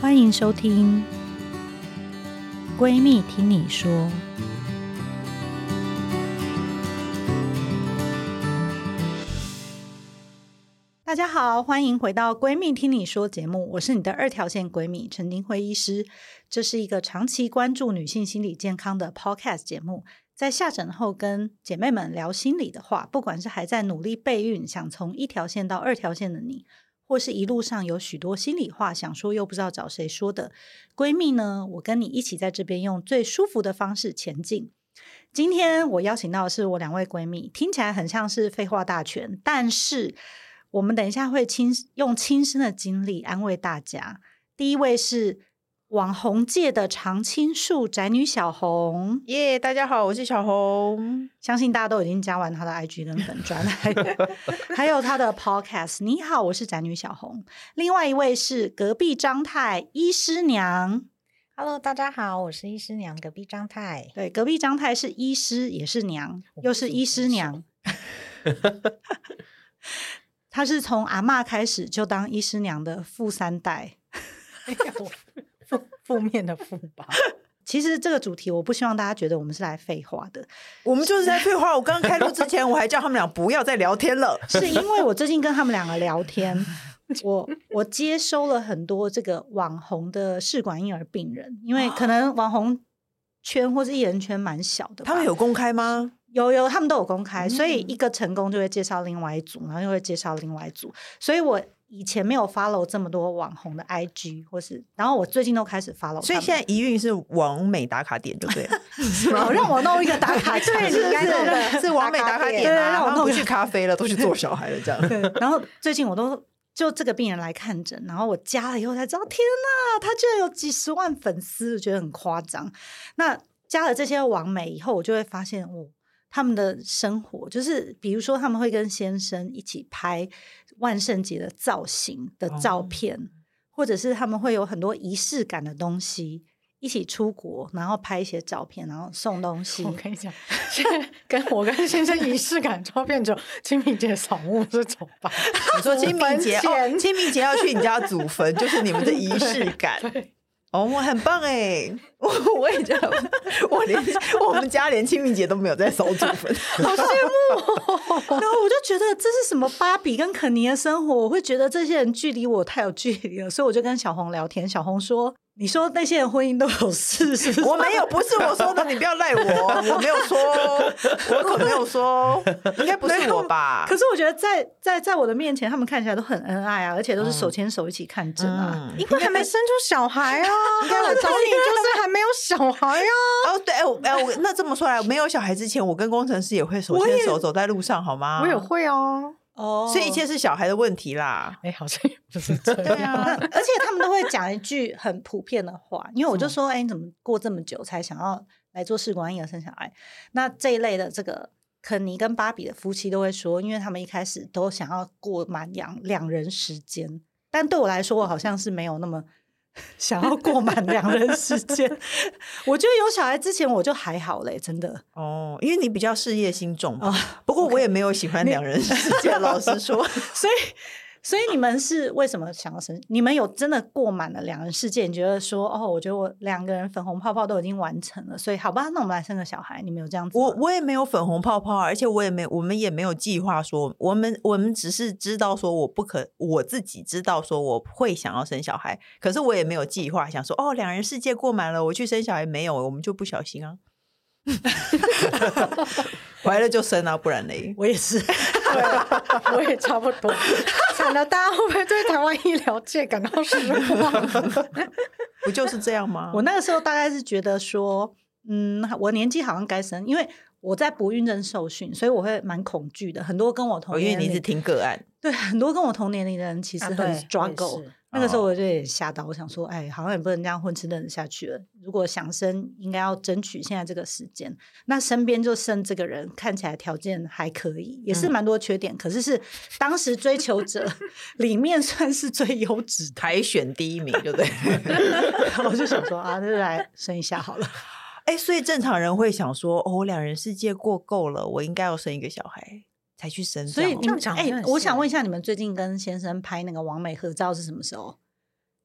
欢迎收听《闺蜜听你说》。大家好，欢迎回到《闺蜜听你说》节目，我是你的二条线闺蜜陈丁辉医师。这是一个长期关注女性心理健康的 Podcast 节目，在下诊后跟姐妹们聊心理的话，不管是还在努力备孕，想从一条线到二条线的你。或是一路上有许多心里话想说又不知道找谁说的闺蜜呢，我跟你一起在这边用最舒服的方式前进。今天我邀请到的是我两位闺蜜，听起来很像是废话大全，但是我们等一下会亲用亲身的经历安慰大家。第一位是网红界的常青树宅女小红，耶大家好，我是小红。相信大家都已经加完她的 IG 跟粉砖， 还有还有她的 Podcast。你好，我是宅女小红。另外一位是隔壁张太医师娘， Hello，大家好，我是医师娘隔壁张太。对，隔壁张太是医师，也是娘，又是医师 娘。她是从阿嬷开始就当医师娘的富三代。 负负面的负吧，其实这个主题，我不希望大家觉得我们是来废话的，我们就是在废话。我刚刚开录之前，我还叫他们俩不要再聊天了。 是因为我最近跟他们两个聊天，我我接收了很多这个网红的试管婴儿病人，因为可能网红圈或是艺人圈蛮小的吧，哦他们嗯有公开吗？有有，他们都有公开，所以一个成功就会介绍另外一组，然后又会介绍另外一组。所以我以前没有 follow 这么多网红的 IG 或是，然后我最近都开始 follow 他们。所以现在一孕是往美打卡点，对不对了？ 哦好让我弄一个打卡墙，对是不你应该弄是一个是往美打卡点对啊，让我他们弄不一去个咖啡了，都去做小孩了，这样。对，然后最近我都就这个病人来看诊，然后我加了以后才知道，天呐，他居然有几十万粉丝，我觉得很夸张。那加了这些网美以后，我就会发现，哦，他们的生活就是，比如说他们会跟先生一起拍万圣节的造型的照片，或者是他们会有很多仪式感的东西。一起出国，然后拍一些照片，然后送东西。我跟你 讲，现在嗯跟我跟先生仪式感照片就 清明节扫墓这种吧。你 说清明节祖哦，坟前清明节要去你家祖坟，就是你们的仪式 感。对，哦，我很棒哎，我 我也觉得， 我连我们家连清明节都没有在扫祖坟，好羡慕、然后我就觉得这是什么芭比跟肯尼的生活，我会觉得这些人距离我太有距离了，所以我就跟小红聊天。小红说：“你说那些人婚姻都有事，是 不是？”我没有，不是我说的，你不要赖我，我没有说，我可没有说，应该不是我吧可？是我觉得在在在我的面前，他们看起来都很恩爱啊，而且都是手牵手一起看诊啊。嗯，因为还没生出小孩啊， 我找你就是还没有小孩啊。 哦，对，哎，我哎，我那这么说来，没有小孩之前，我跟工程师也会手牵手走在路上，好吗？我也，会啊，哦所以一切是小孩的问题啦。哎，好像也不是 这对样。啊， 而且他们都会讲一句很普遍的话，因为我就说，哎、你怎么过这么久才想要来做试管婴儿生小孩？那这一类的这个肯尼跟芭比的夫妻都会说，因为他们一开始都想要过满两两人时间，但对我来说，我好像是没有那么。 想要过满两人时间， 我觉得有小孩之前我就还好嘞，真的。哦，因为你比较事业心重吧哦，不过我也没有喜欢两人世 界。老实说，所以，所以你们是为什么想要生？你们有真的过满了两人世界？你觉得说，哦，我觉得我两个人粉红泡泡都已经完成了，所以好吧，那我们来生个小孩。你们有这样子吗？我我也没有粉红泡泡啊，而且我也没，我们也没有计划说，我们我们只是知道说我不可，我自己知道说我会想要生小孩，可是我也没有计划想说哦，两人世界过满了，我去生小孩没有，我们就不小心啊， 怀了就生啊，不然嘞。我也 是，对，我也差不多。 惨了，大家会不会对台湾医疗界感到失 望？不就是这样吗？我那个时候大概是觉得说，嗯，我年纪好像该生，因为我在不孕症受训，所以我会蛮恐惧的。很多跟我同哦因为年你龄，是听个案，对很多跟我同年龄的人其实啊很对我也 struggle、是那个时候我就有点吓到，我想说，哎，好像也不能这样混吃等死下去了。如果想生，应该要争取现在这个时间。那身边就剩这个人，看起来条件还可以，也是嗯蛮多缺点，可是是当时追求 者里面算是最优质的。海选第一名，对不 对？我就想说啊，那就来生一下好了。哎，所以正常人会想说，哦，我两人世界过够了，我应该要生一个小孩才去生这所以样哦。你们这样讲好哎、像我是想欸问一下，你们最近跟先生拍那个完美合照是什么时候？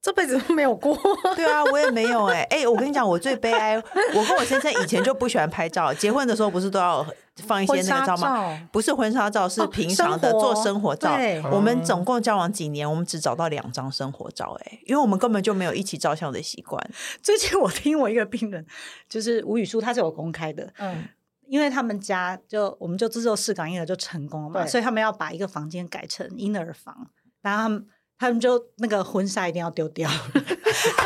这辈子都没有过。 对啊，我也没有哎、哎、我跟你讲，我最悲哀，我跟我先生以前就不喜欢拍照， 结婚的时候不是都要放一些婚那纱个照吗？照不是婚纱照，是哦平生常的做活生活照。对我们总共交往几年，我们只找到两张生活照、哎，因为我们根本就没有一起照相的习惯。最近我听我一个病人，就是吴宇舒，他是有公开的，嗯，因为他们家就我们就制作试管婴儿就成功了嘛，对所以他们要把一个房间改成婴儿房，然后他们他们就那个婚纱一定要丢掉，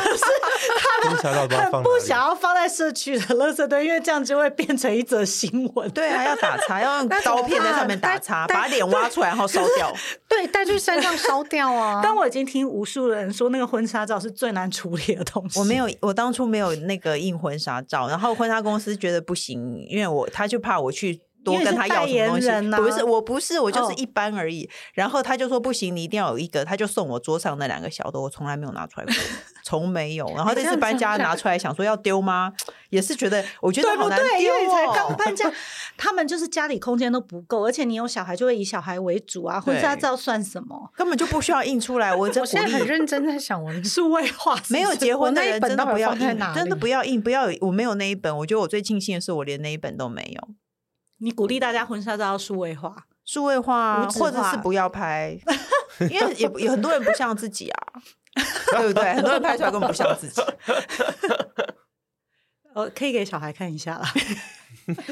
婚纱照不知道很放不哪里想要放在社区的垃圾堆，因为这样就会变成一则新闻。对啊，要打叉，要用 刀片在上面打叉，把脸挖出来然后烧掉。对，带去山上烧掉啊。 但我已经听无数人说，那个婚纱照是最难处理的东西。哦我没有，我当初没有那个印婚纱照，然后婚纱公司觉得不行，因为我他就怕我去。多因为跟是他要代什么东西？言人啊不是，我不是，我就是哦一般而已。然后他就说不行，你一定要有一个，他就送我桌上那两个小的，我从来没有拿出来过，从没有。然后这这次样搬家想想拿出来，想说要丢吗？也是觉得，我觉得对好不难对？因丢为你才刚哦。搬家，他们就是家里空间都不够，而且你有小孩就会以小孩为主啊，婚纱对照算什么？根本就不需要印出来，我真我鼓现在很励。认真在想，我 数位化是不是没有结婚的我那一人本真的到底不要放在印哪，真的里不要印，不要有。我没有那一本，我觉得我最庆幸的是，我连那一本都没有。你鼓励大家婚纱照要数位化，数位化啊，无纸或者化是不要拍， 因为也不有很多人不像自己啊，对不对？很多人拍出来根本不像自己。呃，可以给小孩看一下啦。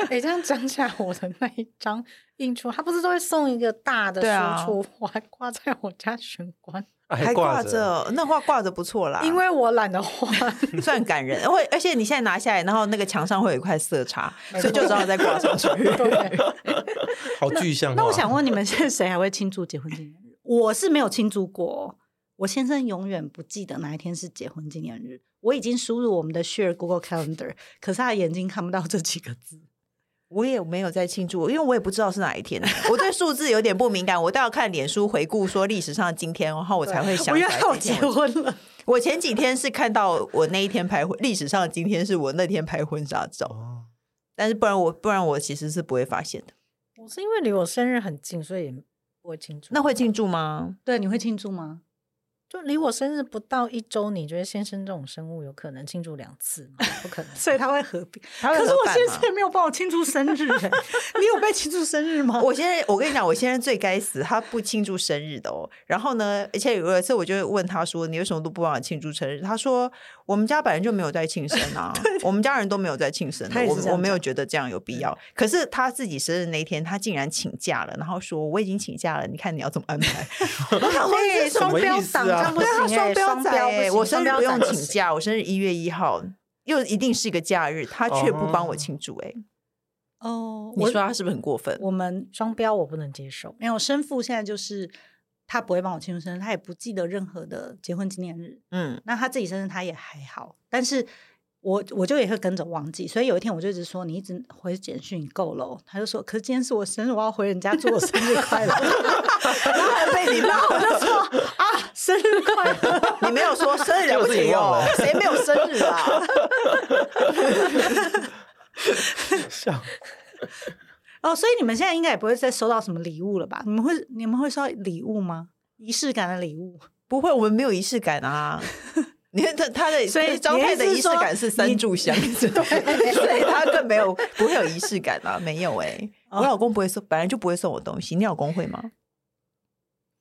哎、这样讲起来，我的那一张印出，他不是都会送一个大的对啊输出，我还挂在我家玄关，啊还挂着，着那画挂着不错啊啦，因为我懒得画。算感人。而而且你现在拿下来，然后那个墙上会有一块色差，没 所以就错只好再挂上去。对，好具象化。那我想问你们，现在谁还会庆祝结婚纪念日？ 我是没有庆祝过哦，我先生永远不记得哪一天是结婚纪念日。我已经输入我们的 Share Google Calendar，可是他的眼睛看不到这几个字。 我也没有在庆祝，因为我也不知道是哪一天。我对数字有点不敏感，我都要看脸书回顾说历史上的今天，然后我才会 想我起原来来这我件结事婚了。我前几天是看到我那一天拍婚，历史上的今天是我那天拍婚纱照，哦，但是不然我不然我其实是不会发现的。我是因为离我生日很近，所以也不会庆祝。那会庆祝吗？对，你会庆祝吗？。就离我生日不到一周，你觉得先生这种生物有可能庆祝两次吗？不可能 所以 他会合并。他会可是合我办先吗生也没有帮我庆祝生日、欸，你有被庆祝生日吗？ 我现在我跟你讲，我现在最该死，他不庆祝生日的哦。然后呢，而且有一次我就问他说：“你为什么都不帮我庆祝生日？”他说：“我们家本来就没有在庆生 啊，我们家人都没有在庆生的他也是我这样我没有讲嗯觉得这样有必要。可是他自己生日那一天，他竟然请假了，然后说：“我已经请假了，你看你要怎么安排。” 我想说哎这什双么标意思党这啊样不对啊，行哎、双标仔、双标不欸，行我生日双不标用仔请行假，我生日一月一号，又一定是个假日，他却不帮我哦庆祝、欸，哎、哦，你我说他是不是很过分？我们双标我不能 接受。没有生父，现在就是他不会帮我庆祝生日，他也不记得任何的结婚纪念日。嗯， 那他自己生日他也还好，但是我我就也会跟着忘记，所以有一天我就一直说你一直回简讯够了哦，他就说可是今天是我生日，我要回人家祝我生日快乐， 然后我被你骂，我就说啊生日快乐。你没有说生日了结果不自己起忘哦了，谁没有生 日啊？像哦，所以你们现在应该也不会再收到什么礼物了吧？你们会你们会收到礼物吗？仪式感的礼物，不会，我们没有仪式感啊。你看他他的，所以招你牌意思的是仪式感是说你三炷香，对， 所以他更没有不会有仪式感啊，没有哎、我老公不会送，本来就不会送我东西，你老公会吗？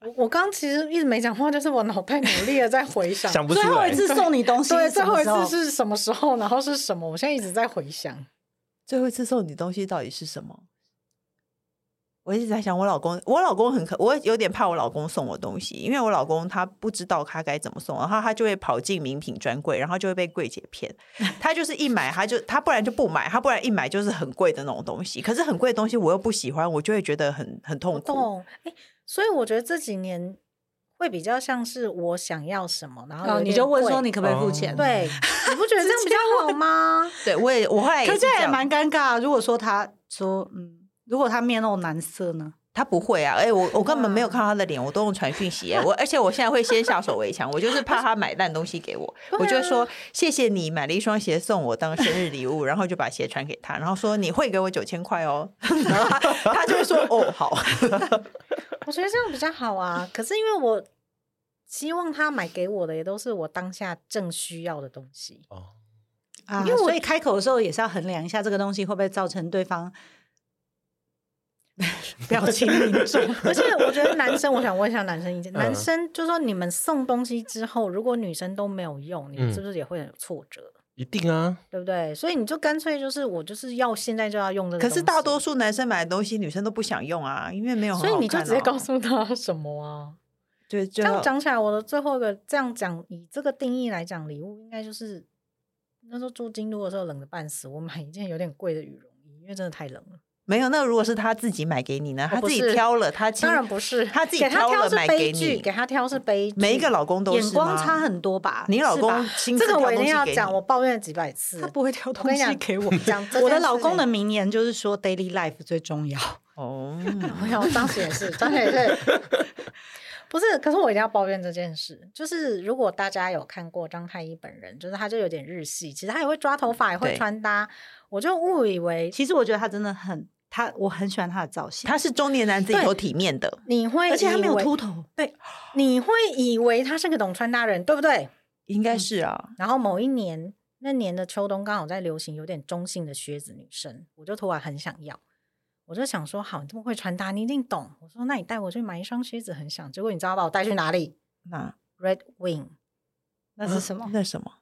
我我刚其实一直没讲话，就是我脑袋努力的在回想。想不出最后来一，次送你东西对，是最什么后一时候，次是什么时候？然后是什么？我现在一直在回想。最后一次送你东西到底是什么？我一直在想，我老公，我老公很可，我有点怕我老公送我东西，因为我老公他不知道他该怎么送，然后他就会跑进名品专柜，然后就会被柜姐骗。他就是一买他就他不然就不买，他不然一买就是很贵的那种东西。可是很贵的东西我又不喜欢，我就会觉得很很痛苦。懂哎，所以我觉得这几年会比较像是我想要什么，然后有哦，你点就问贵说你可不可以付钱？哦对，你不觉得这样比较好 吗？对，我也我后哎来也可是是这样也样蛮尴尬。啊如果说他说嗯，如果他面露难色呢？他不会啊，哎、我我根本没有看到他的脸，我都用传讯息、哎我而且我现在会先下手为强，我就是怕他买烂东西 给我，啊我就会说谢谢你买了一双鞋送我当生日礼物，然后就把鞋传给他，然后说你会给我九千块哦， 然后他他就会说哦好，我觉得这样比较好啊。可是因为我希望他买给我的也都是我当下正需要的东西。哦，啊，因为我所以开口的时候也是要衡量一下这个东西会不会造成对 方表情凝重。而且我觉得男生，我想问一下男生意见，男嗯生就说你们送东西之后，如果女生都没有用，你们嗯是不是也会很有挫折？一定啊，对不对？所以你就干脆就是我就是要现在就要用这个可东西，是大多数男生买的东西女生都不想用啊，因为没有很所好看以啊、你就直接告诉他什么 啊？对，啊这就样讲起来，我的最后一个这样讲，以这个定义来讲，礼物应该就是那时候住京都的时候冷的半死，我买一件有点贵的羽绒衣，因为真的太冷了。没有。那如果是他自己买给你呢？哦他不自己是挑了，他亲当然不是，他自己给他挑了是买悲给剧，你给他挑是悲剧，每一个老公都是眼光吗差很多吧？你老是公吧亲自这个挑我一定东西要给讲，你我抱怨了几百次，他不会挑我跟东你讲西给我。讲 这我的件老事公的情名言就是说 “daily life 最重 要哦，没有，张姐也是，张姐也是，不是？可是我一定要抱怨这件事，就是如果大家有看过张太一本人，就是他就有点日系，其实他也会抓头发，也会对穿搭，我就误以”。为其实我觉得他真的很他，我很喜欢他的造型， 他是中年男子里对头体面的。你会，而且他没有秃，头，对，你会以为他是个懂穿搭人，对不对？应该是啊，然后某一年，那年的秋冬刚好在流行有点中性的靴子，女生，我就突然很想要，我就想说，好，你这么会穿搭，你一定懂。我说，那你带我去买一双靴子，很想。结果你知道把我带去哪里那？Red Wing，那是什么？嗯那什么？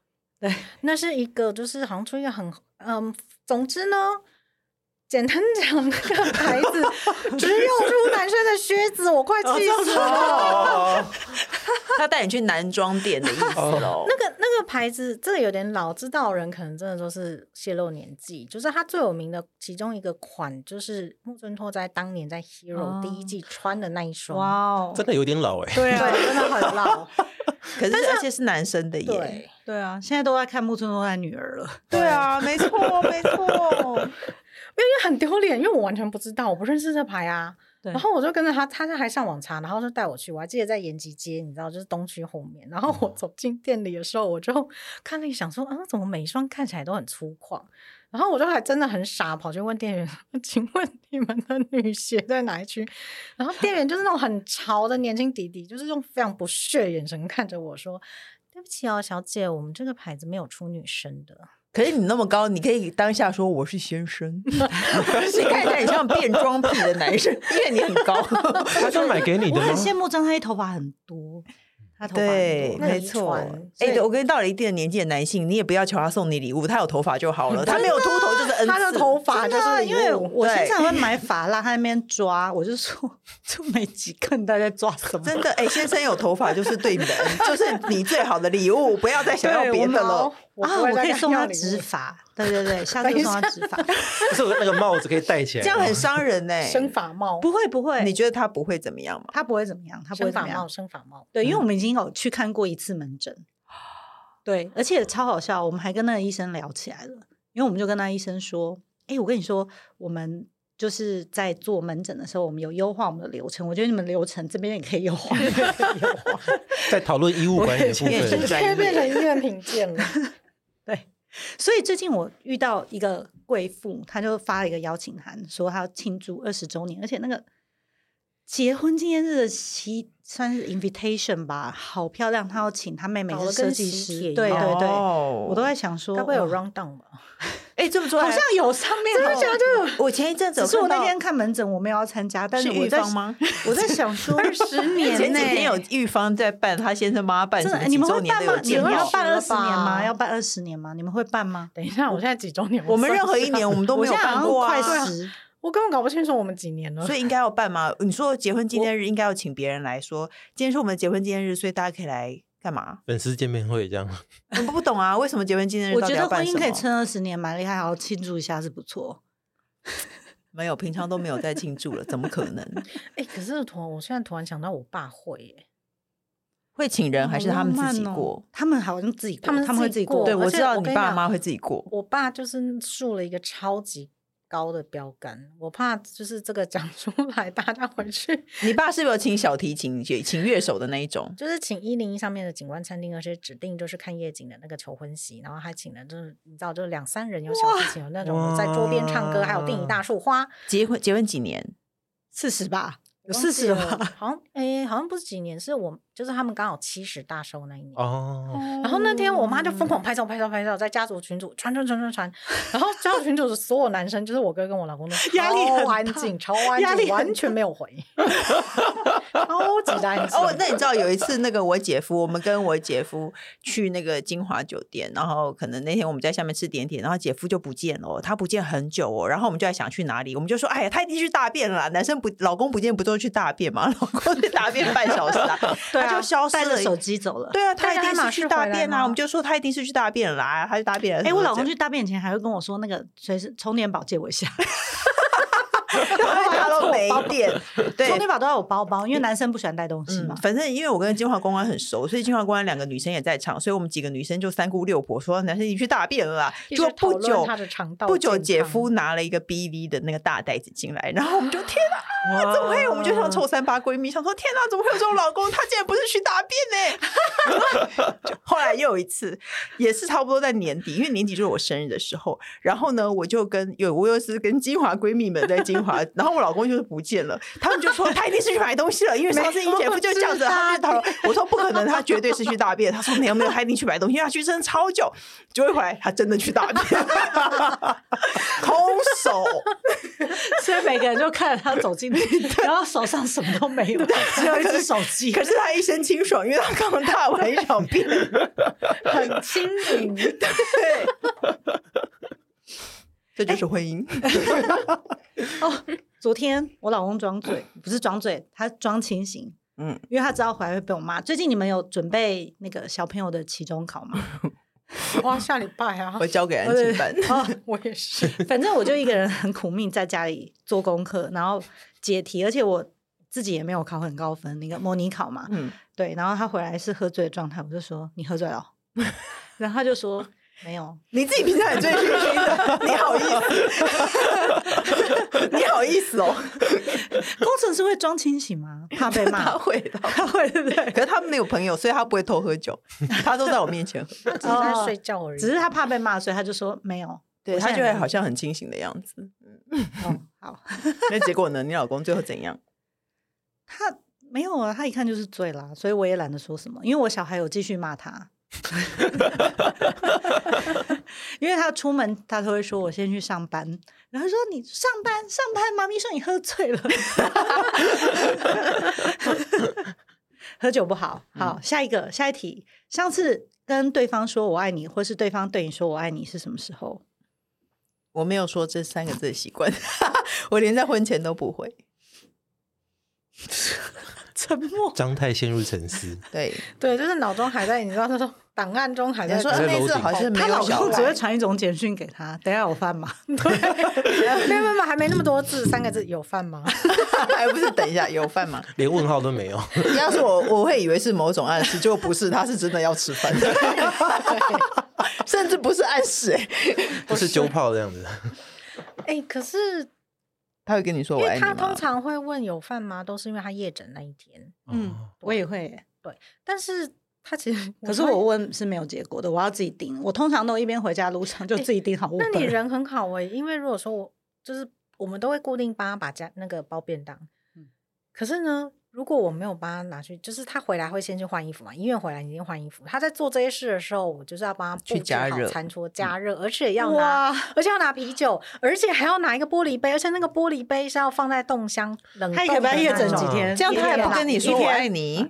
那是一个就是好像出一个很嗯，总之呢。简单讲，那个牌 子只有出男生的靴子，我快哦气死了。哦，他带你去男装店的意思喽？那个那个牌子，这个有点老，知道的人可能真的都是泄露年纪。就是它最有名的其中一个款，就是木村拓哉当年在 Hero 哦第一季穿的那一双。哇哦，真的有点老哎、对对， 啊，真的很老。可是而且是男生的耶。对，对啊，现在都在看木村拓哉女儿了，对啊，没错，没错。因为很丢脸，因为我完全不知道，我不认识这牌啊。对然后我就跟着他，他还上网查，然后就带我去。我还记得在延吉街，你知道，就是东区后面。然后我嗯走进店里的时候，我就看了一想说，啊，怎么每一双看起来都很粗犷？然后我就还真的很傻，跑去问店员， 请问你们的女鞋在哪一区？然后店员就是那种很潮的年轻弟弟，就是用非常不屑的眼神看着我说：“对不起哦，小姐，我们这个牌子没有出女生的。” 可是你那么高，你可以当下说我是先 生，你看起来很像变装癖的男生，因为你很 高。他就买给 你我的吗很？羡慕张太一头发很多，他头发对，很多那没遗 错传。所哎、以我跟你到了一定的年纪的男性，你也不要求他送你礼物，他有头发就好 了，他没有秃头就是恩赐。他的头发就真的啊是哦因为礼物我对经常会 买发蜡，他在那边抓，我就说就没几根，你到底在抓什么？真的，哎、先生有头发就是对你的恩， 就是你最好的礼物，不要再想要别的了。哎我啊，不我会再可以跟送要他礼物直发，对对对，下次就送他直发，可是我那个帽子可以戴起来，这样很伤人哎、生发帽， 不会不会，你觉得他不会怎么样吗？他不会怎么样，他不生会怎发么帽，样，生发帽。对，因为我们已经有去看过一次门诊，对，而且超好笑，我们还跟那个医生聊起来了，因为我们就跟那医生说，哎，我跟你说，我们。就是在做门诊的时候，我们有优化我们的流程。我觉得你们流程这边也可以优化。在讨论医务管理的部你也是分。专现在 变成业，医嗯院评鉴 了，所以最近我遇到一个贵妇，她就发了一个邀请函，说她要庆祝二十周年，而且那个结婚纪念日的喜算是 invitation 吧，好漂亮，她要请她妹妹搞得是跟设计喜师帖，一对对样对，哦我都在想说，该不会有哇 round down 吧？哎、这么说好还 像有上面好像我前一阵子有只是我看到那天看门诊我没有要参加，但是我预在防吗？我在想说 二十年前几天有呢玉芳在办，她先生帮她办真什的，么哎你几们周会年办的吗有？你见们面要了办二十吧年吗？要办二十年吗？你们会办吗？等一下，我现在几周年？我们算任何一一下年我们都我没有现在办好像过啊快。十，我根本搞不清楚我们几年了。所以应该要办吗？你说结婚纪念日应该要请别人来说，今天是我们的结婚纪念日，所以大家可以来干嘛？粉丝见面会这样，我不 懂啊，为什么结婚纪念日我到觉底得要婚办姻什可以么撑二十年，蛮厉害，好好庆祝一下是不错。没有，平常都没有在庆祝了，怎么可 能哎、可是突然，我现在突然想到，我爸会耶，会请人还是他们自己好浪漫哦过？他们好像自己过，他们他们会自自己己过过。对，而我且知道我你跟你爸讲妈会自己过。我爸就是竖了一个超级高的标杆，我怕就是这个讲出来，大家回去你爸是不是有请小提琴、请请乐手的那一种？就是请一零一上面的景观餐厅，而且指定就是看夜景的那个求婚席，然后还请了就是你知道，就是两三人有小提琴，有那种在桌边唱歌，还有电影大束花，结婚结婚几年？四十吧，有忘四记十了了吧？好像哎、好像不是几年，是我就是他们刚好七十大寿那一年。哦，然后那天我妈就疯 狂拍照、拍照、拍照，在家族群组传传传传传，然后家族群组的所有男生，就是我哥跟我老公都压力很超大安静，超安压力静，很完全没有回， 超级的安静。哦，那你知道有一次那个我姐夫，我们跟我姐夫去那个金华酒店，然后可能那天我们在下面吃点点，然后姐夫就不见了哦，他不见很久哦，然后我们就在想去哪里，我们就说，哎呀，他一定去大便了啦，男生不老公不见不都去大便嘛， 老公去大便半小时啊，他就消失带着了。手机走了。对啊，他带一着定爱马是仕去回大来便啦、吗我们就说他一定是去大便啦、他去大便了。哎、我老公去大便前还会跟我说，那个随时充电宝借我一下， 他都没电，对，充电宝都要有包包，因为男生不喜欢带东西嘛嗯。。反正因为我跟金华公关很熟，所以金华公关两个女生也在场，所以我们几个女生就三姑六婆说男生你去大便了啦。一直结果讨不论久他的肠道不久，健姐康夫拿了一个 BV 的那个大袋子进来，然后我们 就天哪、怎么会？我们就像臭三八闺蜜，想说天哪、怎么会有这种老公？他竟然不是去大便呢、 就后来又有一次，也是差不多在年底，因为年底就是我生日的时候，然后呢，我就跟有我又是跟金华闺蜜们在金华，然后我老公就是不见了，他们就说他一定是去买东西了，因为上次英姐夫就这样子，他去讨论，我说不可能，他绝对是去大便，他说没有没有，他一定去买东西，因为他去真的超久，结果回来他真的去大便，空手， 所以每个人就看着他走进 去，然后手上什么都没有，只有一只手机。可是他一身清爽，因为他刚刚大完一场便，很轻盈，这就是婚姻，昨天我老公装 醉，不是装醉，他装清醒，嗯，因为他知道回来会被我骂。最近你们有准备那个小朋友的期中考 吗？哇，下礼拜啊我，交给安琪班。 哦， 我也是，反正我就一个人很苦命，在家里做功课，然后解题，而且我自己也没有考很高分，那个模拟考嘛，嗯，对。然后他回来是喝醉的状态，我就说你喝醉了哦， 然后他就说没有，你自己平常也醉醺醺的，你好意 思？你好意思哦？工程师会装清醒吗？怕被他 骂。会的，他会对不对？可是他没有朋友，所以他不会偷喝 酒，他都在我面前喝。他只是在睡觉而已。哦只是他怕被骂，所以他就说没有。对我他现就在会好像很清醒的样子。哦，好， 那结果呢？你老公最后怎样？他没有啊，他一看就是醉啦，所以我也懒得说什么，因为我小孩有继续骂他， 因为他出门他都会说我先去上班，然后他说你上班上班，妈咪说你喝醉了， 喝酒不好。好，下一个下一题，上次跟对方说我爱你，或是对方对你说我爱你是什么时候？我没有说这三个字的习惯， 我连在婚前都不会。沉默。张太陷入沉思。 对，对，就是脑中还在，你知道，那种档案中还在人家说还啊在那楼次顶好像没她有老小公只会孩，传一种简讯给她，等一下有饭吗？没有没有没有，还没那么多字，三个字有饭吗？还哎不是等一下有饭吗？连问号都没有，要是我，我会以为是某种暗示，结果不是，他是真的要吃饭， 甚至不是暗示、欸，不是酒泡这样子。哎、可是他会跟你说哎因我爱为你他通吗？常会问有饭吗，都是因为他夜诊那一天，哦嗯，我也会耶。但是他其实可是会我问是没有结果的，我要自己订。我通常都一边回家路上就自己订好 u b 那你人很好哎、因为如果说我就是我们都会固定帮他把家那个包便当，嗯可是呢，如果我没有帮他拿去，就是他回来会先去换衣服嘛，医院回来已经换衣服，他在做这些事的时候，我就是要帮他去布置加好热餐桌加热，而且要拿。嗯哇，而且要拿啤酒，而且还要拿一个玻璃杯，而且那个玻璃杯是要放在冻箱冷冻他嗯的也不要夜那诊种几天，这样他也不跟你说一我天爱你，因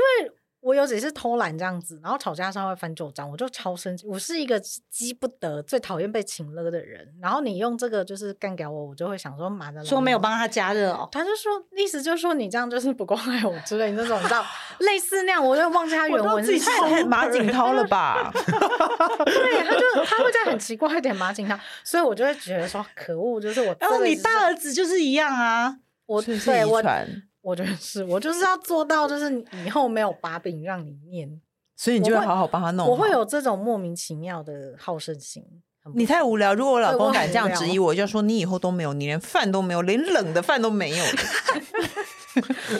为我有只是偷懒这样子，然后吵架上会翻旧账，我就超生气。我是一个激不得、最讨厌被请了的人。然后你用这个就是干掉我，我就会想说，妈的，说没有帮他加热哦。他就说，意思就是说你这样就是不够爱我之类的那种，你知道，类似那样，我就忘记他原文是什么太马景涛了吧？ 对，他就他会这样很奇怪一点马景涛，所以我就会觉得说，可恶，就是我真的然后你是大儿子就是一样啊，我是不是对遗我传？我觉得是我就是要做到，就是你以后没有把柄让你念，所以你就我会会好好帮他弄。我会。有这种莫名其妙的好胜心。很不你太无聊，如果我老对公我敢很这样无质聊疑我，就说你以后都没有，你连饭都没有，连冷的饭都没有。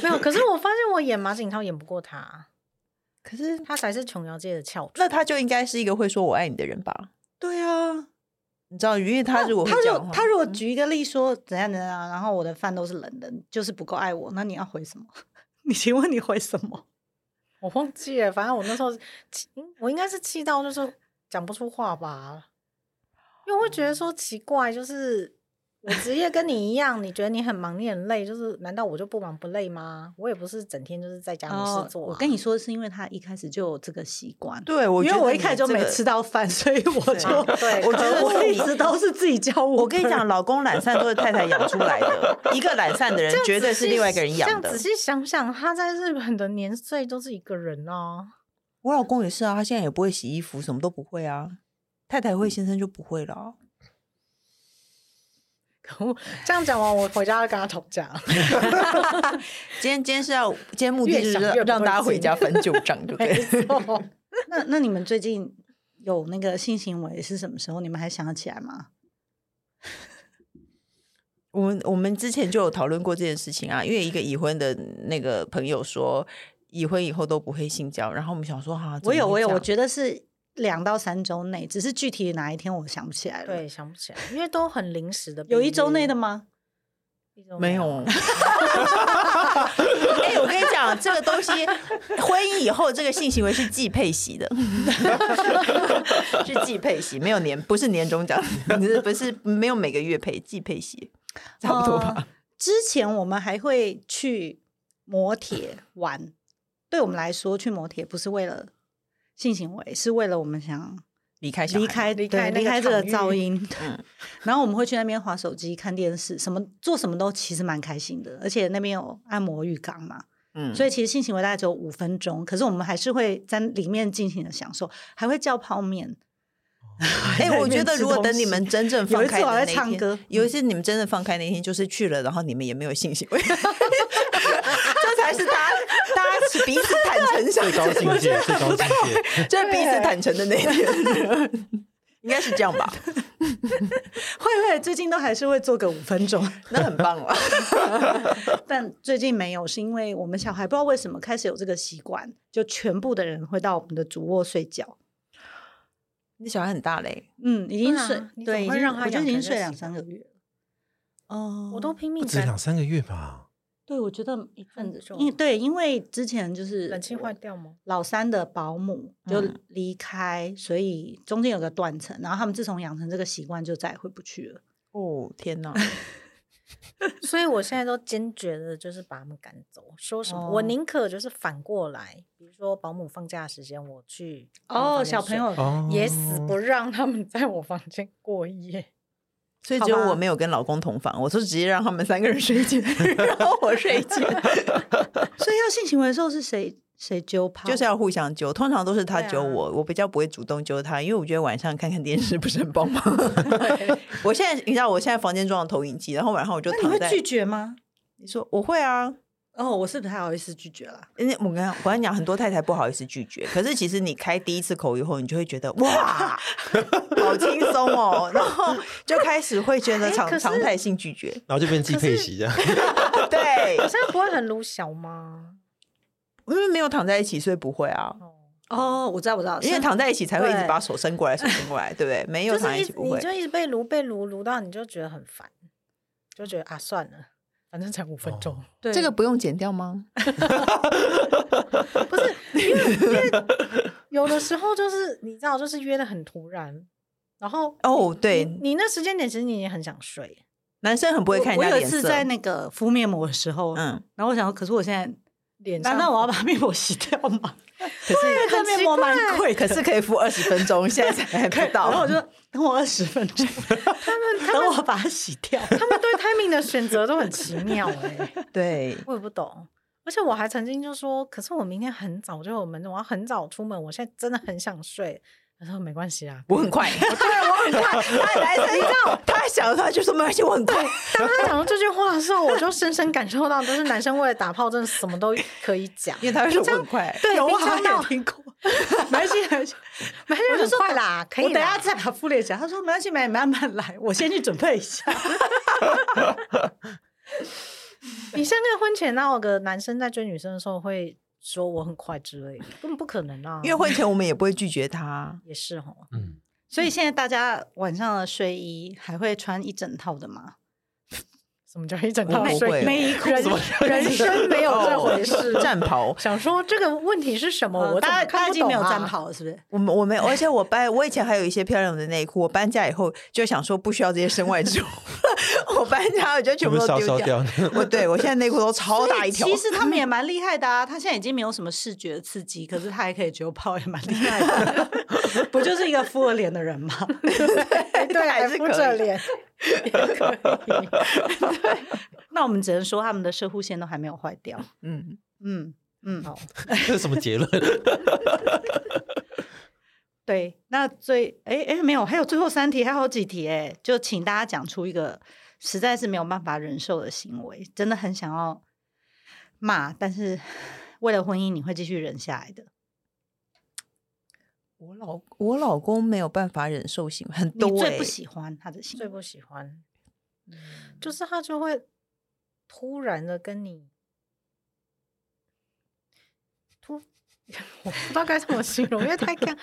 没有，可是我发现我演马景涛演不过他， 可是他才是琼瑶界的翘楚。那他就应该是一个会说我爱你的人吧？对啊，你知道，因为他如果会他这如样的果话他如果举一个例说怎样怎样，啊然后我的饭都是冷的，就是不够爱我，那你要回什么？ 你请问你回什么？我忘记了，反正我那时候气，嗯我应该是气到就是讲不出话吧，因为我会觉得说奇怪，就是我职业跟你一样，你觉得你很忙，你很累，就是难道我就不忙不累吗？我也不是整天就是在家没哦事做、啊哦我跟你，说，是因为他一开始就有这个习惯。对我，因为我一开始就没吃。到饭，所以我就啊对我可觉得恶我一直都是自己教我。我跟你讲，，老公懒散都是太太养出来 的，一个懒散的人这样绝对仔是细另外一个人这养样的仔。细想想，他在日本的年岁都是一个人哦、我老公也是啊，他现在也不会洗衣服，什么都不会啊。太太会，嗯先生就不会了。啊可恶！ 这样讲完，我回家要跟他吵 架。今天今天是要，今天目的越就是想让越不让大家对回劲家翻旧 账，对不没对？错，那那你们最近有那个性行为是什么时候？你们还想得起来吗？我们我们之前就有讨论过这件事情啊，因为一个已婚的那个朋友说，已婚以后都不会性交，然后我们想说哈、怎我么有，会我有，这我样觉得是两到三周内，只是具体哪一天我想不起来了。对，，想不起来，因为都很临时的。有一周内的？吗？没有。 哎、我跟你讲，这个东西婚姻以后，这个性行为是季配息的， 是季配息，没有年，不是年终奖，不是没有每个月配，季配息，差不多吧。呃之前我们还会去磨铁玩，对我们来说，去磨铁不是为了性行为，是为了我们想离开小孩离开离对开那离个开这个场域噪音。嗯然后我们会去那边划手机、看电视，什么做什么都其实蛮开心的，而且那边有按摩浴缸嘛。嗯，所以以其实性行为大概只有五分钟，可是我们还是会在里面尽情的享受，还会叫泡面。哎、我觉得如果等你们真正放开有一次的那一天，我还在唱歌有一次你们真正放开那一天，就是去了，然后你们也没有性行 为，这才是大家大家是彼此坦诚相最高境界，最高境界，这是彼此坦诚的那一天， 应该是这样吧？会会，最近都还是会做个五分钟， 那很棒了。但最近没有，是因为我们小孩不知道为什么开始有这个习惯，就全部的人会到我们的主卧睡觉。 你小孩很大嘞，嗯，已经对啊睡你对，总已会经让他我觉得已养经成这睡个两习三惯个月了。哦，我都拼不命止在两三个月吧？对，我觉得一阵很子久，嗯因对，因为之前就是冷气坏掉吗？老三的保姆就嗯离开，所以中间有个断层，然后他们自从养成这个习惯，就再也回不去了。哦天 哪！所以我现在都坚决的，就是把他们赶走。说什么？哦我宁可就是反过来，比如说保姆放假的时间，我去他嗯们房间睡。哦，也死不让他们在我房间过夜。所以好只有吧我没有跟老公同房，我是直接让他们三个人睡一间，然后我睡一 间，所以要性行为的时候是谁谁揪泡？就是要互相揪。通常都是他对啊揪我，我比较不会主动揪他，因为我觉得晚上看看电视不是很棒吗？ 我现在你知道，我现在房间装了投影机，然后晚上我就那你躺会在。拒绝吗？你说我会啊，哦，我是不太好意思拒绝啦。因为我跟你讲我跟你讲，很多太太不好意思拒绝，可是其实你开第一次口以后，你就会觉得哇，好轻松哦，然后就开始会觉得哎常、可是常态性拒绝， 然后就变季佩奇这样，对， 这样不会很鲁小吗？因为没有躺在一起，所以不会啊，哦，哦，我知道，我知道，因为像躺在一起才会一直对把手伸过来，手伸过来，对不对？没有就躺是在一一起直不你会，就一直被撸被撸撸到，你就觉得很烦，就觉得啊算了，反正才五分钟。哦对这个不用剪掉吗？不是因为因为有的时候就是你知道，就是约的很突然，然后哦，你对，你那时间点其实你也很想睡，男生很不会看我人家我有一脸次色，在那个敷面膜的时候，嗯，然后我想说，可是我现在脸上 难道我要把面膜洗掉吗？可是这面膜蛮贵可是可以敷二十分钟，现在才不到。然后我就说等我二十分钟，他们他等们我把它洗掉。他们对 timing 的选择都很奇妙哎、对，我也不懂。而且我还曾经就说，可是我明天很早就有门诊，我要很早出门，我现在真的很想睡。他说没关系啊啦，我很快， 对我很快，他来生到，他想他就说没关系，我很快。当 他讲到这句话的时候，我就深深感受到，就是男生为了打炮，真的什么都可以讲。因为他是很快，对，有我好平常像到也听 过，没关系，没关系，没 事，我就很说快啦，可以我啦。等一下再把敷脸讲。他说没关系，没慢慢来，我先去准备一下。 你像那个婚前那个男生在追女生的时候会说我很快之类的，根本不可能啊。因为婚前我们也不会拒绝 他。也是哦，嗯，所以现在大家晚上的睡衣还会穿一整套的吗？什么叫一整我套不睡会。衣？内衣裤人什么人生没有这回事战袍，想说这个问题是什么？哦呃我大怎么家看大家已不经没有懂啊战。袍了，是不是？我们我没有，而且我搬我以前还有一些漂亮的内裤，我搬家以后就想说不需要这些身外之物， 我搬家我就全全部部都烧丢烧掉。掉， 我对我现在内裤都超大一条，其实他们也蛮厉害的啊，他现在已经没有什么视觉刺激，可是他还可以酒泡，也蛮厉害的。 不就是一个敷了脸的人吗？ 哎对，还是敷可着以脸。 那我们只能说他们的射护线都还没有坏掉。嗯，嗯嗯，好，这是什么结论？对。那最哎哎没有，还有最后三题，还有好几题哎，就请大家讲出一个实在是没有办法忍受的行为，真的很想要骂，但是为了婚姻你会继续忍下来的。我老我老公没有办法忍受行为，很你多、欸、最不喜欢他的行最为，不喜欢，嗯就是他就会突然的跟你突， 我不知道该怎么形容，因为太干，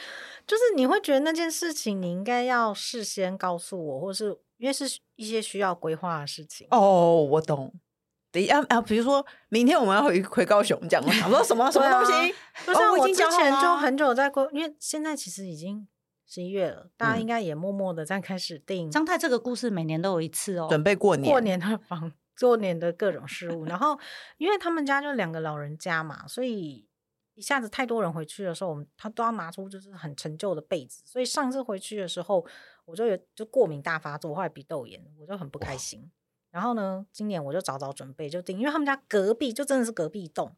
就是你会觉得那件事情你应该要事先告诉我，或是因为是一些需要规划的事情。哦，我懂。等一下啊，比如说明天我们要回回高雄，这样我想说什么什对么啊东西？就哦像我已我之经讲好前就了很久在规，因为现在其实已经十一月了，大家嗯应该也默默的在开始定张太这个故事每年都有一次哦，准备过年，过年的房，过年的各种事 物。然后，因为他们家就两个老人家嘛，所以一下子太多人回去的时候，我们他都要拿出就是很陈旧的被子。所以上次回去的时候，我就有就过敏大发作，后来鼻窦炎，我就很不开心。然后呢，今年我就早早准备就订，因为他们家隔壁就真的是隔壁栋。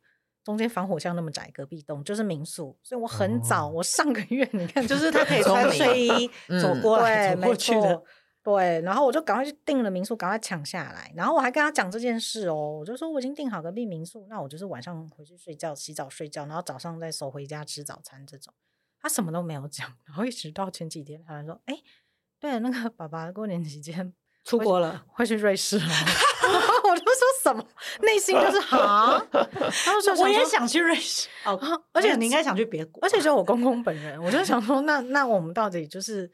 中间防火巷那么窄，隔壁栋就是民宿，所以我很早，哦我上个月你看，就是他可以 聪穿明睡衣嗯走过来、对，走没过去的错。对，然后我就赶快去订了民宿，赶快抢下来。然后我还跟他讲这件事哦，我就说我已经订好隔壁民宿，那我就是晚上回去睡觉、洗澡、睡觉，然后早上再走回家吃早餐这种。他什么都没有讲，然后一直到前几天他才说：“哎，对了，那个爸爸过年期间出国了，会去瑞士哦。” 我就说什么，内心就是 哈，然后就我也说想去瑞士哦啊，而而且且你应该想去别国，而且就我公公本人，我就想说那，那我们到底就是，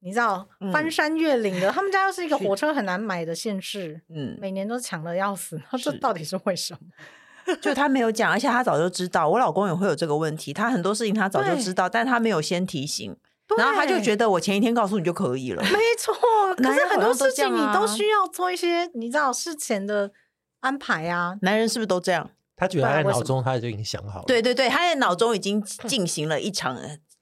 你知道嗯翻山越岭的，他们家又是一个火车很难买的县市，嗯，每年都抢的要死，那这是到底是为什么？ 就他没有讲，而且他早就知道，我老公也会有这个问题，他很多事情他早就对知道，但他没有先提醒，然后他就觉得得我前一天告诉你就可以了。没错，可男是人很好像多都事这样情你都啊需要做一些，你知道事前的安排啊。男人是不是都这样？他觉得不他然在为什脑么中他就已经想好了，对对对，他在脑中已经 进行了一场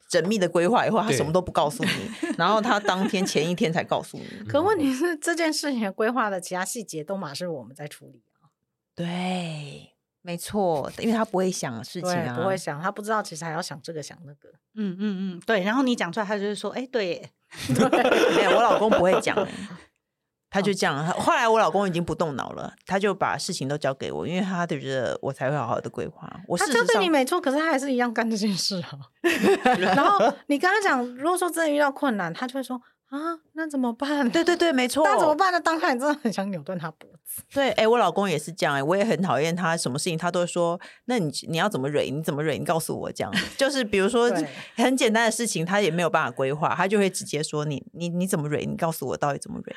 缜密的规划以后，他对什么都不告诉 你，然后他当天前一天才告诉你。可问题是，这件事情的规划的其他细节都马是我们在处理啊，对，没错，因为他不会想事情对，啊，不会想，他不知道其实还要想这个想那个。嗯嗯嗯，对。然后你讲出来，他就是说，哎，对耶， 没有，我老公不会 讲欸、他就这样。后来我老公已经不动脑了，他就把事情都交给我，因为他觉得我才会好好的规划。我事他实交给上你没错，可是他还是一样干这件事啊。 然后你跟他讲，如果说真的遇到困难，他就会说啊，那怎么办？ 对对对，没错。那怎么办呢？当下你真的很想扭断他脖子。对，哎、我老公也是这样、哎，我也很讨厌他，什么事情他都会说，那你你要怎么蕊，你怎么蕊，你告诉我这样。就是比如说对很简单的事情，他也没有办法规划，他就会直接说你你你怎么蕊，你告诉我到底怎么蕊。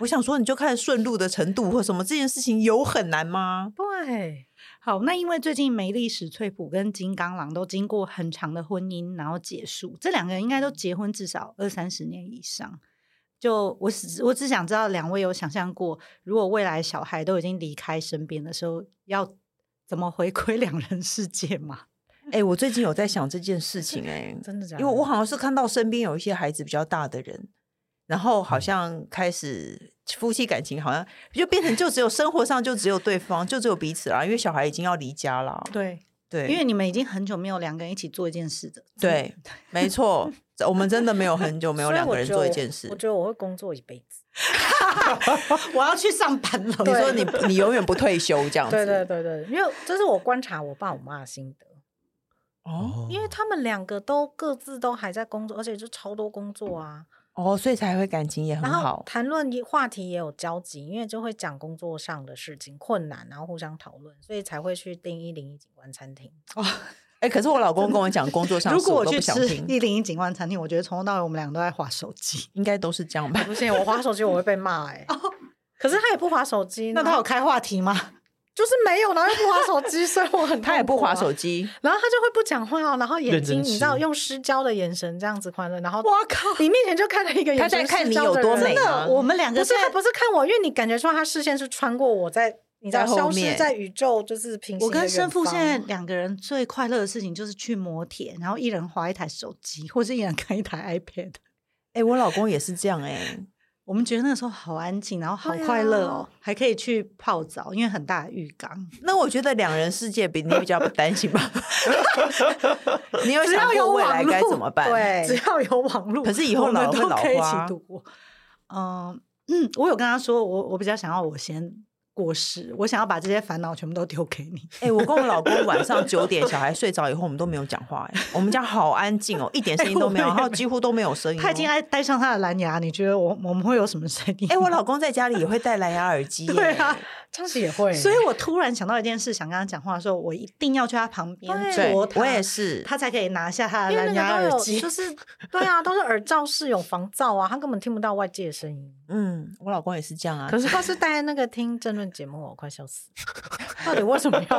我想说，你就看顺路的程度或什么，这件事情有很难吗？对，好，那因为最近梅丽史翠普跟金刚狼都经过很长的婚姻，然后结束，这两个人应该都结婚至少二三十年以上。就我只我只想知道，两位有想象过，如果未来小孩都已经离开身边的时候，要怎么回归两人世界吗？哎、我最近有在想这件事情哎、真的假的？因为我好像是看到身边有一些孩子比较大的人，然后好像开始夫妻感情好像就变成就只有生活上就只有对方，就只有彼此啦，因为小孩已经要离家了。对，对，因为你们已经很久没有两个人一起做一件事的，对，没错，我们真的没有很久没有 所以两我个人觉得做一我件事我。觉得我会工作一辈子。我要去上班了。你对说你你永远不退休这样子， 对对对对，因为这是我观察我爸我妈的心得，哦嗯因为他们两个都各自都还在工作，而且就超多工作啊。哦，所以才会感情也很然后好。谈论一话题也有交集，因为就会讲工作上的事情困难，然后互相讨论，所以才会去订一零一景观餐厅。哎、可是我老公跟我讲工作上的如事，果我都去不想吃听，一零一景观餐厅，我觉得从头到尾我们两个都在划手机。应该都是这样吧？不行，我划手机我会被骂哎、可是他也不划手机，那然他有后开话题 吗？就是没有，然后又不划手机，所以我很他也不划手机，机，然后他就会不讲话哦，然后眼认真睛你知道吃用失焦的眼神这样子看着，然后我靠！你面前就看了一个眼他神在看失你焦有的多人美真吗的，我们两不个是现他在，不是看我，因为你感觉出来他视线是穿过我在，你知道在后消失面在宇宙就是平行。我跟生父现在两个人最快乐的事情就是去摩铁，然后一人划一台手机，或是一人开一台 iPad。哎、我老公也是这样哎、我们觉得那时候好安静，然后好对啊快乐哦，还可以去泡澡，因为很大的浴缸。那我觉得两人世界比你比较不担心吧？你有只要想有过未网来该络怎么办？ 对只要有网络，可是以后我们老了会都老可以一花起度过。嗯嗯，我有跟他说，我我比较想要我先过世，我想要把这些烦恼全部都丢给你。哎、我跟我老公晚上九点小孩睡着以后，我们都没有讲话、哎，我们家好安静哦，一点声音都没有，哎我然们也后几乎都没有声音、哦。他已经爱戴上他的蓝牙，你觉得我我们会有什么声音？哎、我老公在家里也会戴蓝牙 耳机、耶对啊，当时也会，所以我突然想到一件事，想跟他讲话的时候，我一定要去他旁边对，坐他，我也，是。他才可以拿下他的因为蓝牙那个都耳有机就。是 对啊，都是耳罩式有防噪啊，他根本听不到外界的声音。嗯，我老公也是这样啊。可是他是戴在那个听争论节目，我快笑死了。到底为什么要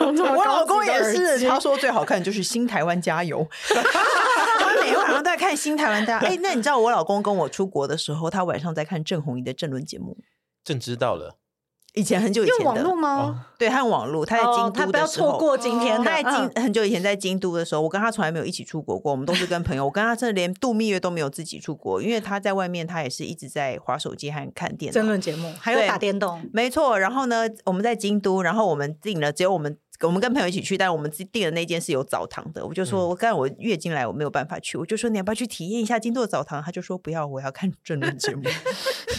用这么哎我高老级公的也耳是， 机他说最好看就是《新台湾加油》，他每天晚上都在看《新台湾加油》。哎、那你知道我老公跟我出国的时候，他晚上在看郑红怡的政论节目，朕知道了以前很久以前用的，网络吗？对，他用网络，他在京都的时候、哦，他不要错过今天的，他在嗯京很久以前在京都的时候，我跟他从来没有一起出国过，我们都是跟朋友。我跟他真的连度蜜月都没有自己出国，因为他在外面，他也是一直在划手机和看电争脑。论节目，还有对打电动。没错，然后呢，我们在京都，然后我们订了，只有我们我们跟朋友一起去，但我们自订的那间是有澡堂的。我就说，我刚才我月经来，我没有办法去，我就说你要不要去体验一下京都的澡堂？他就说不要，我要看政论 节目，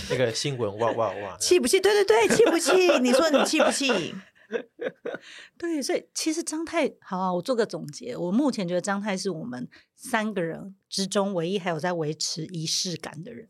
那个新闻，哇哇哇！气不气？对对对，气不气？你说你气不气？ 对，所以其实张太，好、啊，我做个总结，我目前觉得张太是我们三个人之中唯一还有在维持仪式感的人。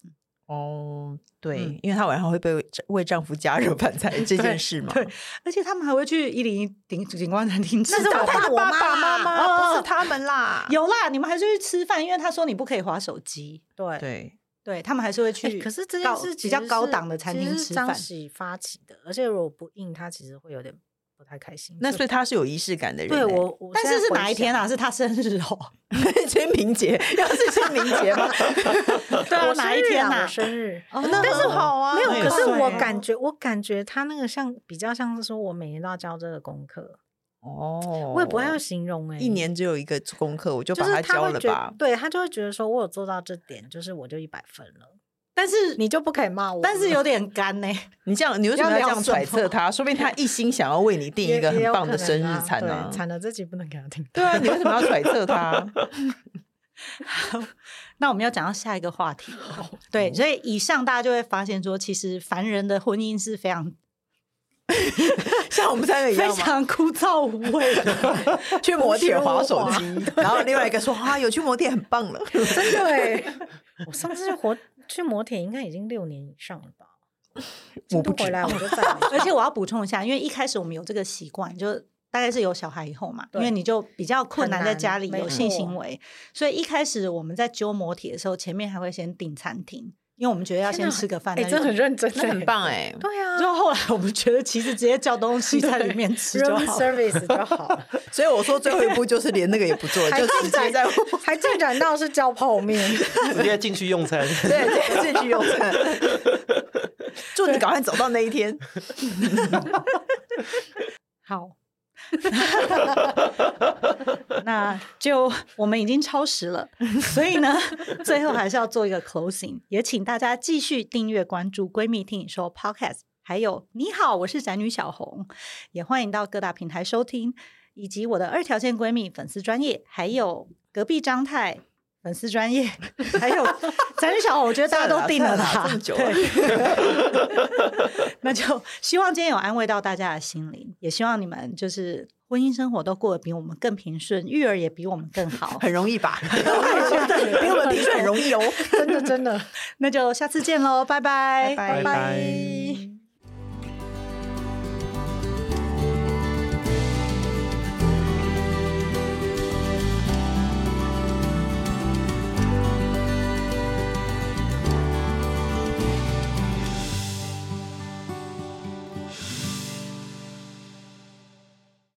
哦，对，嗯因为她晚上会被为为丈夫加热饭菜这件事嘛。对，而且他们还会去一零一景景观餐厅吃那饭。是我爸爸我爸妈爸妈啦妈，不哦是他们 啦。有啦，你们还是去吃饭，因为他说你不可以划手机。对。对，对他们还是会去、欸可是这件高事比其较实高是档的餐其厅实是吃张饭，喜发起的，而且如果不应他，其实会有点不太开心。那嗯就所以他是有仪式感的人、欸对我，我但现是在是回哪一天啊？是他生日哦，我 清明节要是清明 节吗？对想？啊，我哪生一日天啊我啊？生日。哦那 很好啊，没有，那也可是算我欸感觉，我感觉他那个像比较像是说，我每年都要交这个功课，哦，我也不太会形容哎、一年只有一个功课，我就就把是它交会了觉吧。对他就会觉得说我有做到这点，就是我就一百分了，但是你就不可以骂我了。但是有点干呢、你这样，你为什么要要聊这样什揣么测他？说不定他一心想要为你定也一个也很有棒可的能生日啊餐对啊。惨了，这集不能给他 听到。对啊，你为什么要揣测他？ 那我们要讲到下一个话题了，对，所以以上大家就会发现说，其实凡人的婚姻是非常像我们三个一样非吗？常枯燥无味的。 去摩铁划手无机，然后另外一个说啊，有去摩铁很棒了。真的哎，我上次去活去摩铁应该已经六年以上了吧？我京都不知回来我就再也没去而且我要补充一下，因为一开始我们有这个习惯，就大概是有小孩以后嘛，因对为你就比较困难很在难家里有没性错行为，所以一开始我们在揪摩铁的时候，前面还会先订餐厅，因为我们觉得 要天先哪吃个饭，哎，再真的去很认真欸，那很棒哎、对 啊，就后来我们觉得，其实直接叫东西在里面吃就 room 好。 service 就好了， 所以我说最后一步就是连那个也不做，就直接在还进展到是叫泡面，直接进去用餐。对对进去用餐。祝你赶快走到那一天。好，那就我们已经超时了，所以呢，最后还是要做一个 closing，也请大家继续订阅关注《闺蜜听你说》Podcast，还有你好，我是宅女小红，也欢迎到各大平台收听，以及我的二条线闺蜜粉丝专业，还有隔壁张太。粉丝专业， 还有宅女小红，我觉得大家都定算了啦，这么久对了，那就希望今天有安慰到大家的心灵，也希望你们就是婚姻生活都过得比我们更平顺，育儿也比我们更好。很容易吧？比我们平时很容易哦。真的真的。那就下次见喽，拜拜，拜拜拜拜